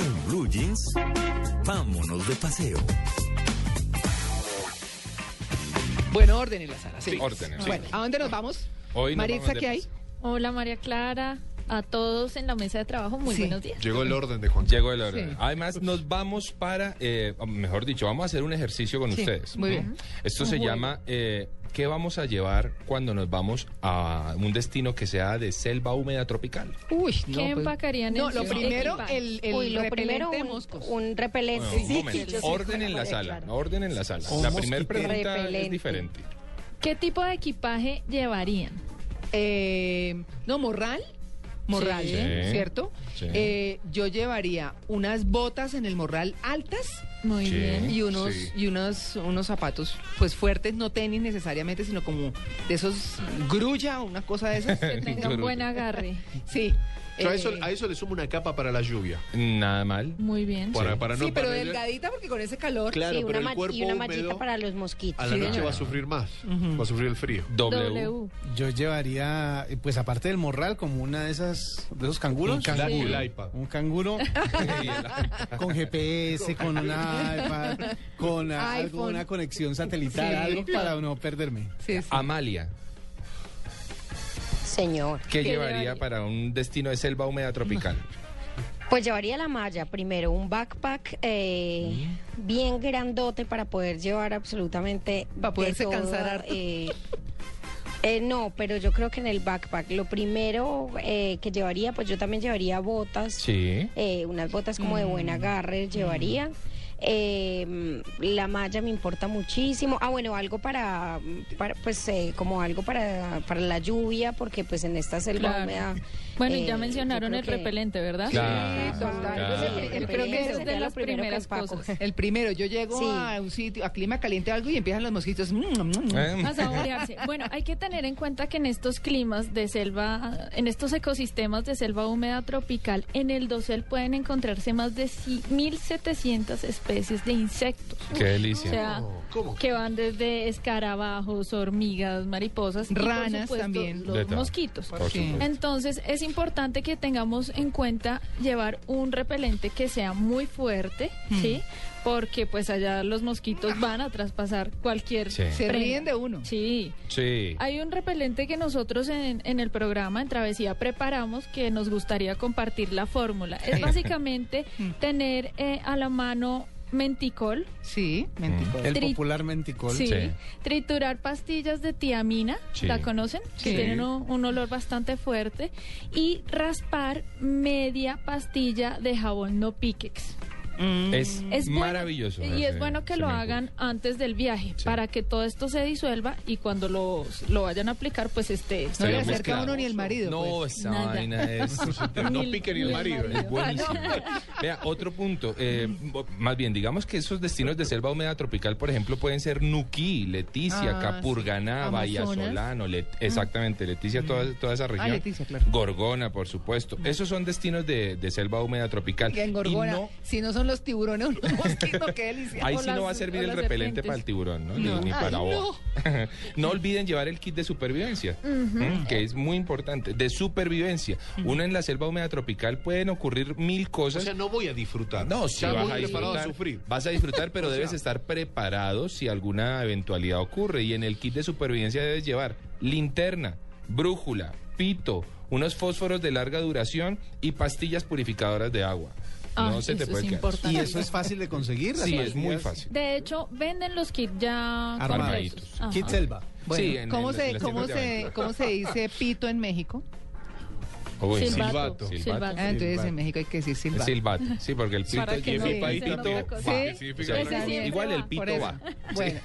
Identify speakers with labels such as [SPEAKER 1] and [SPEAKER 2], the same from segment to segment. [SPEAKER 1] En Blue Jeans, vámonos de paseo.
[SPEAKER 2] Bueno, orden la sala. Sí.
[SPEAKER 3] Órdenes, sí.
[SPEAKER 2] Bueno, ¿a dónde nos vamos?
[SPEAKER 3] Hoy nos
[SPEAKER 2] Maritza,
[SPEAKER 3] vamos de
[SPEAKER 2] ¿qué hay?
[SPEAKER 3] paseo.
[SPEAKER 4] Hola María Clara, a todos en la mesa de trabajo, muy
[SPEAKER 2] Sí.
[SPEAKER 4] buenos días.
[SPEAKER 3] Llegó el orden de Juan. Llegó el
[SPEAKER 2] Sí.
[SPEAKER 3] orden. Además, nos vamos para, eh, mejor dicho, vamos a hacer un ejercicio con
[SPEAKER 2] Sí,
[SPEAKER 3] ustedes.
[SPEAKER 2] muy
[SPEAKER 3] ¿Mm?
[SPEAKER 2] bien.
[SPEAKER 3] Esto se llama eh, ¿Qué vamos a llevar cuando nos vamos a un destino que sea de selva húmeda tropical?
[SPEAKER 2] Uy, no,
[SPEAKER 4] ¿Qué
[SPEAKER 2] pues-
[SPEAKER 4] empacarían en
[SPEAKER 2] No, lo
[SPEAKER 4] su
[SPEAKER 2] primero,
[SPEAKER 4] equipaje?
[SPEAKER 2] el, el
[SPEAKER 5] Uy, lo
[SPEAKER 2] repelente
[SPEAKER 5] primero,
[SPEAKER 2] de
[SPEAKER 5] un,
[SPEAKER 2] moscos.
[SPEAKER 5] un repelente.
[SPEAKER 3] Bueno, un
[SPEAKER 5] Sí,
[SPEAKER 3] momento.
[SPEAKER 5] que yo
[SPEAKER 3] orden
[SPEAKER 5] soy
[SPEAKER 3] en la
[SPEAKER 5] María
[SPEAKER 3] sala.
[SPEAKER 5] Clara.
[SPEAKER 3] Orden en la sala.
[SPEAKER 1] Un
[SPEAKER 3] La primera
[SPEAKER 1] mosquitero.
[SPEAKER 3] pregunta es
[SPEAKER 5] Repelente.
[SPEAKER 3] diferente.
[SPEAKER 4] ¿Qué tipo de equipaje llevarían?
[SPEAKER 2] Eh, no, morral. Morral,
[SPEAKER 4] Sí.
[SPEAKER 3] Sí.
[SPEAKER 2] ¿cierto?
[SPEAKER 3] Sí.
[SPEAKER 2] Eh, yo llevaría unas botas en el morral altas
[SPEAKER 4] Muy
[SPEAKER 3] Sí.
[SPEAKER 4] bien.
[SPEAKER 2] y unos
[SPEAKER 3] Sí.
[SPEAKER 2] y unos unos zapatos pues fuertes, no tenis necesariamente, sino como de esos grulla o una cosa de esas.
[SPEAKER 4] Que tenga un buen agarre.
[SPEAKER 2] Sí.
[SPEAKER 6] Yo a,
[SPEAKER 2] eh,
[SPEAKER 6] eso, a eso le sumo una capa para la lluvia.
[SPEAKER 3] Nada mal.
[SPEAKER 4] Muy bien.
[SPEAKER 6] Para, para no
[SPEAKER 2] sí, pero
[SPEAKER 6] perder-
[SPEAKER 2] delgadita porque con ese calor.
[SPEAKER 6] Claro,
[SPEAKER 5] Sí,
[SPEAKER 6] pero
[SPEAKER 5] una
[SPEAKER 6] el
[SPEAKER 5] ma-
[SPEAKER 6] cuerpo
[SPEAKER 5] y una
[SPEAKER 6] húmedo
[SPEAKER 5] mallita para los mosquitos.
[SPEAKER 6] a la
[SPEAKER 2] Sí,
[SPEAKER 6] noche
[SPEAKER 2] claro.
[SPEAKER 6] va a sufrir más. Va a sufrir el frío.
[SPEAKER 3] W.
[SPEAKER 4] W.
[SPEAKER 7] Yo llevaría, eh, pues aparte del morral, como una de esas, de esos canguros.
[SPEAKER 3] Un canguro.
[SPEAKER 6] Y el iPad.
[SPEAKER 7] Un canguro con GPS, con un iPad, con a- algo,
[SPEAKER 2] iPhone.
[SPEAKER 7] una conexión satelital,
[SPEAKER 2] Sí.
[SPEAKER 7] algo para no perderme.
[SPEAKER 3] Ah,
[SPEAKER 2] Sí, sí.
[SPEAKER 3] Amalia.
[SPEAKER 5] Señor.
[SPEAKER 3] ¿Qué, llevaría,
[SPEAKER 4] llevaría?
[SPEAKER 3] para un destino de selva húmeda tropical?
[SPEAKER 5] Pues llevaría la malla primero, un backpack eh, bien grandote para poder llevar absolutamente.
[SPEAKER 2] Para
[SPEAKER 5] de
[SPEAKER 2] poderse
[SPEAKER 5] todo,
[SPEAKER 2] cansar harto.
[SPEAKER 5] eh, eh, no, pero yo creo que en el backpack lo primero eh, que llevaría, pues yo también llevaría botas.
[SPEAKER 3] Sí.
[SPEAKER 5] eh, unas botas como de
[SPEAKER 4] Mm.
[SPEAKER 5] buen agarre llevaría. Eh, la malla me importa muchísimo. Ah, bueno, algo para, para, pues, eh, como algo para, para la lluvia, porque pues en esta selva
[SPEAKER 4] Claro.
[SPEAKER 5] húmeda.
[SPEAKER 4] Bueno, y
[SPEAKER 5] eh,
[SPEAKER 4] ya
[SPEAKER 5] yo
[SPEAKER 4] mencionaron
[SPEAKER 5] creo
[SPEAKER 4] el
[SPEAKER 5] que-
[SPEAKER 4] repelente, ¿verdad?
[SPEAKER 3] Claro,
[SPEAKER 5] Ah, Sí, total.
[SPEAKER 3] claro.
[SPEAKER 5] Pues, el
[SPEAKER 2] Yo creo que
[SPEAKER 5] repelente
[SPEAKER 2] es
[SPEAKER 5] sería
[SPEAKER 4] de
[SPEAKER 5] lo
[SPEAKER 4] las
[SPEAKER 5] primero que
[SPEAKER 4] primeras
[SPEAKER 5] empaco.
[SPEAKER 4] cosas.
[SPEAKER 2] El primero, yo llego
[SPEAKER 5] Sí.
[SPEAKER 2] a un sitio, a clima caliente o algo y empiezan los mosquitos. Mm, mm, mm.
[SPEAKER 3] Eh,
[SPEAKER 4] A saborearse. Bueno, hay que tener en cuenta que en estos climas de selva, en estos ecosistemas de selva húmeda tropical, en el dosel pueden encontrarse más de 1.700 especies de insectos.
[SPEAKER 3] Qué delicia.
[SPEAKER 4] O sea,
[SPEAKER 6] ¿Cómo?
[SPEAKER 4] que van desde escarabajos, hormigas, mariposas, y, por
[SPEAKER 2] Ranas
[SPEAKER 4] supuesto,
[SPEAKER 2] también.
[SPEAKER 3] De
[SPEAKER 4] los
[SPEAKER 3] todo.
[SPEAKER 4] mosquitos.
[SPEAKER 3] Por
[SPEAKER 2] Sí.
[SPEAKER 3] supuesto.
[SPEAKER 4] Entonces es importante que tengamos en cuenta llevar un repelente que sea muy fuerte,
[SPEAKER 2] Hmm.
[SPEAKER 4] ¿sí? Porque pues allá los mosquitos van a traspasar cualquier...
[SPEAKER 3] Sí.
[SPEAKER 2] Se
[SPEAKER 4] prenda.
[SPEAKER 2] ríen de uno.
[SPEAKER 4] Sí.
[SPEAKER 3] Sí.
[SPEAKER 4] Hay un repelente que nosotros en, en el programa, en Travesía, preparamos que nos gustaría compartir la fórmula. Es básicamente
[SPEAKER 2] Hmm.
[SPEAKER 4] tener eh, a la mano menticol,
[SPEAKER 2] Sí, mentira.
[SPEAKER 7] El
[SPEAKER 4] Tri-
[SPEAKER 7] popular menticol.
[SPEAKER 4] Sí.
[SPEAKER 3] Sí.
[SPEAKER 4] Triturar pastillas de tiamina,
[SPEAKER 3] Sí.
[SPEAKER 4] ¿la conocen?
[SPEAKER 3] Sí.
[SPEAKER 4] Que tienen un, un olor bastante fuerte. Y raspar media pastilla de jabón no piquex.
[SPEAKER 3] Mm.
[SPEAKER 2] Mm.
[SPEAKER 3] Es,
[SPEAKER 4] Es bueno-
[SPEAKER 3] maravilloso.
[SPEAKER 4] y es
[SPEAKER 3] ese-
[SPEAKER 4] bueno que
[SPEAKER 3] ese
[SPEAKER 4] lo
[SPEAKER 3] menú.
[SPEAKER 4] hagan antes del viaje,
[SPEAKER 3] Sí.
[SPEAKER 4] para que todo esto se disuelva y cuando lo, lo vayan a aplicar, pues esté.
[SPEAKER 2] No le
[SPEAKER 3] Estaría
[SPEAKER 2] acerca a
[SPEAKER 3] mezclado.
[SPEAKER 2] uno ni el marido.
[SPEAKER 3] No,
[SPEAKER 2] pues.
[SPEAKER 3] esa
[SPEAKER 4] Nada.
[SPEAKER 3] vaina es.
[SPEAKER 6] No pique ni el marido.
[SPEAKER 3] Es buenísimo. Vea, otro punto. eh, bo- más bien, digamos que esos destinos de selva húmeda tropical, por ejemplo, pueden ser Nuquí, Leticia,
[SPEAKER 2] Ah,
[SPEAKER 3] Capurganá,
[SPEAKER 4] sí.
[SPEAKER 3] Bahía
[SPEAKER 4] Amazonas.
[SPEAKER 3] Solano, Let- exactamente, Leticia, toda, toda esa región.
[SPEAKER 2] Ah, Leticia, claro.
[SPEAKER 3] Gorgona, por supuesto. Esos son destinos de, de selva húmeda tropical.
[SPEAKER 2] Que en
[SPEAKER 3] Y
[SPEAKER 2] Gorgona,
[SPEAKER 3] no-
[SPEAKER 2] si no son los tiburones, unos mosquitos, qué delicia.
[SPEAKER 3] Ahí
[SPEAKER 4] O
[SPEAKER 3] sí no
[SPEAKER 4] las-
[SPEAKER 3] va a servir
[SPEAKER 4] o
[SPEAKER 3] el
[SPEAKER 4] las
[SPEAKER 3] repelente
[SPEAKER 4] serpientes.
[SPEAKER 3] para el tiburón, ¿no? Ni-
[SPEAKER 2] No.
[SPEAKER 3] Ni, para
[SPEAKER 2] Ay,
[SPEAKER 3] vos. No. olviden llevar el kit de supervivencia, ¿m? que es muy importante. De supervivencia. Uno en la selva húmeda tropical pueden ocurrir mil
[SPEAKER 6] O
[SPEAKER 3] cosas.
[SPEAKER 6] sea, no voy a disfrutar.
[SPEAKER 3] no, sí
[SPEAKER 6] ya
[SPEAKER 3] vas
[SPEAKER 6] voy
[SPEAKER 3] a
[SPEAKER 6] preparado a
[SPEAKER 3] disfrutar,
[SPEAKER 6] sufrir.
[SPEAKER 3] vas a disfrutar, pero debes estar preparado si alguna eventualidad ocurre. Y en el kit de supervivencia debes llevar linterna, brújula, pito, unos fósforos de larga duración y pastillas purificadoras de agua.
[SPEAKER 4] Ah,
[SPEAKER 3] no se te
[SPEAKER 4] eso
[SPEAKER 3] puede
[SPEAKER 4] es
[SPEAKER 3] quedar.
[SPEAKER 4] importante.
[SPEAKER 7] Y eso es fácil de conseguir. las
[SPEAKER 3] Sí, es muy
[SPEAKER 7] pastillas
[SPEAKER 3] fácil.
[SPEAKER 4] De hecho, venden los kits ya
[SPEAKER 7] Armados.
[SPEAKER 3] Armaditos.
[SPEAKER 4] completos. Ajá.
[SPEAKER 7] Kit Selva.
[SPEAKER 2] Bueno,
[SPEAKER 3] Sí, en-
[SPEAKER 2] ¿cómo,
[SPEAKER 3] en
[SPEAKER 2] se,
[SPEAKER 3] las
[SPEAKER 2] cómo,
[SPEAKER 3] tiendas de
[SPEAKER 2] se,
[SPEAKER 3] aventura.
[SPEAKER 2] cómo se dice pito en México?
[SPEAKER 3] Uy, silbato.
[SPEAKER 4] Silbato, silbato.
[SPEAKER 2] Ah, entonces
[SPEAKER 7] Silbato.
[SPEAKER 2] en México hay que decir
[SPEAKER 3] El
[SPEAKER 2] silbato.
[SPEAKER 3] silbato, sí, porque el pito
[SPEAKER 4] Para
[SPEAKER 3] y
[SPEAKER 4] que
[SPEAKER 3] el
[SPEAKER 4] no
[SPEAKER 3] pipa y
[SPEAKER 4] digas
[SPEAKER 3] pito
[SPEAKER 4] otra
[SPEAKER 3] va.
[SPEAKER 4] cosa.
[SPEAKER 2] Sí,
[SPEAKER 3] O sea,
[SPEAKER 4] Pues así es,
[SPEAKER 3] Igual
[SPEAKER 4] va.
[SPEAKER 3] el
[SPEAKER 2] Por
[SPEAKER 3] pito
[SPEAKER 2] eso.
[SPEAKER 3] va.
[SPEAKER 2] Bueno,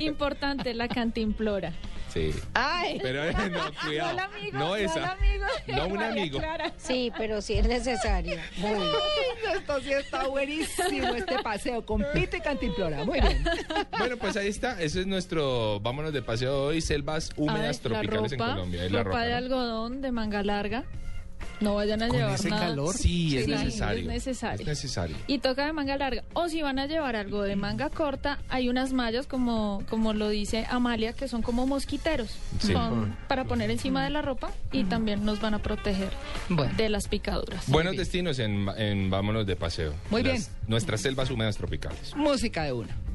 [SPEAKER 4] Importante la cantimplora.
[SPEAKER 3] Sí.
[SPEAKER 2] Ay.
[SPEAKER 3] Pero eh, no, cuidado.
[SPEAKER 4] No el
[SPEAKER 3] no
[SPEAKER 4] amigo, no el
[SPEAKER 3] esa.
[SPEAKER 4] amigo de
[SPEAKER 3] no un
[SPEAKER 4] María
[SPEAKER 3] amigo.
[SPEAKER 4] Clara.
[SPEAKER 5] Sí, pero sí es necesario. Muy.
[SPEAKER 2] Ay, Esto sí está buenísimo, este paseo con Pito y Cantimplora. Muy bien.
[SPEAKER 3] Bueno, pues ahí está. Ese es nuestro vámonos de paseo hoy, selvas
[SPEAKER 4] A ver,
[SPEAKER 3] húmedas tropicales
[SPEAKER 4] la ropa,
[SPEAKER 3] en Colombia. Es
[SPEAKER 4] ropa,
[SPEAKER 3] la ropa.
[SPEAKER 4] de
[SPEAKER 3] ¿no?
[SPEAKER 4] algodón, de manga larga. No vayan a
[SPEAKER 7] Con
[SPEAKER 4] llevar
[SPEAKER 7] ese
[SPEAKER 4] nada.
[SPEAKER 7] calor.
[SPEAKER 3] Sí, es
[SPEAKER 4] Sí,
[SPEAKER 3] necesario.
[SPEAKER 4] es necesario.
[SPEAKER 3] Es necesario.
[SPEAKER 4] Y toca de manga larga. O si van a llevar algo de manga corta, hay unas mallas, como, como lo dice Amalia, que son como mosquiteros.
[SPEAKER 3] Sí.
[SPEAKER 4] Son para poner encima de la ropa y también nos van a proteger
[SPEAKER 2] Bueno.
[SPEAKER 4] de las picaduras.
[SPEAKER 3] Buenos destinos en, en Vámonos de Paseo.
[SPEAKER 2] Muy
[SPEAKER 3] Las-
[SPEAKER 2] bien.
[SPEAKER 3] Nuestras selvas húmedas tropicales.
[SPEAKER 2] Música de una.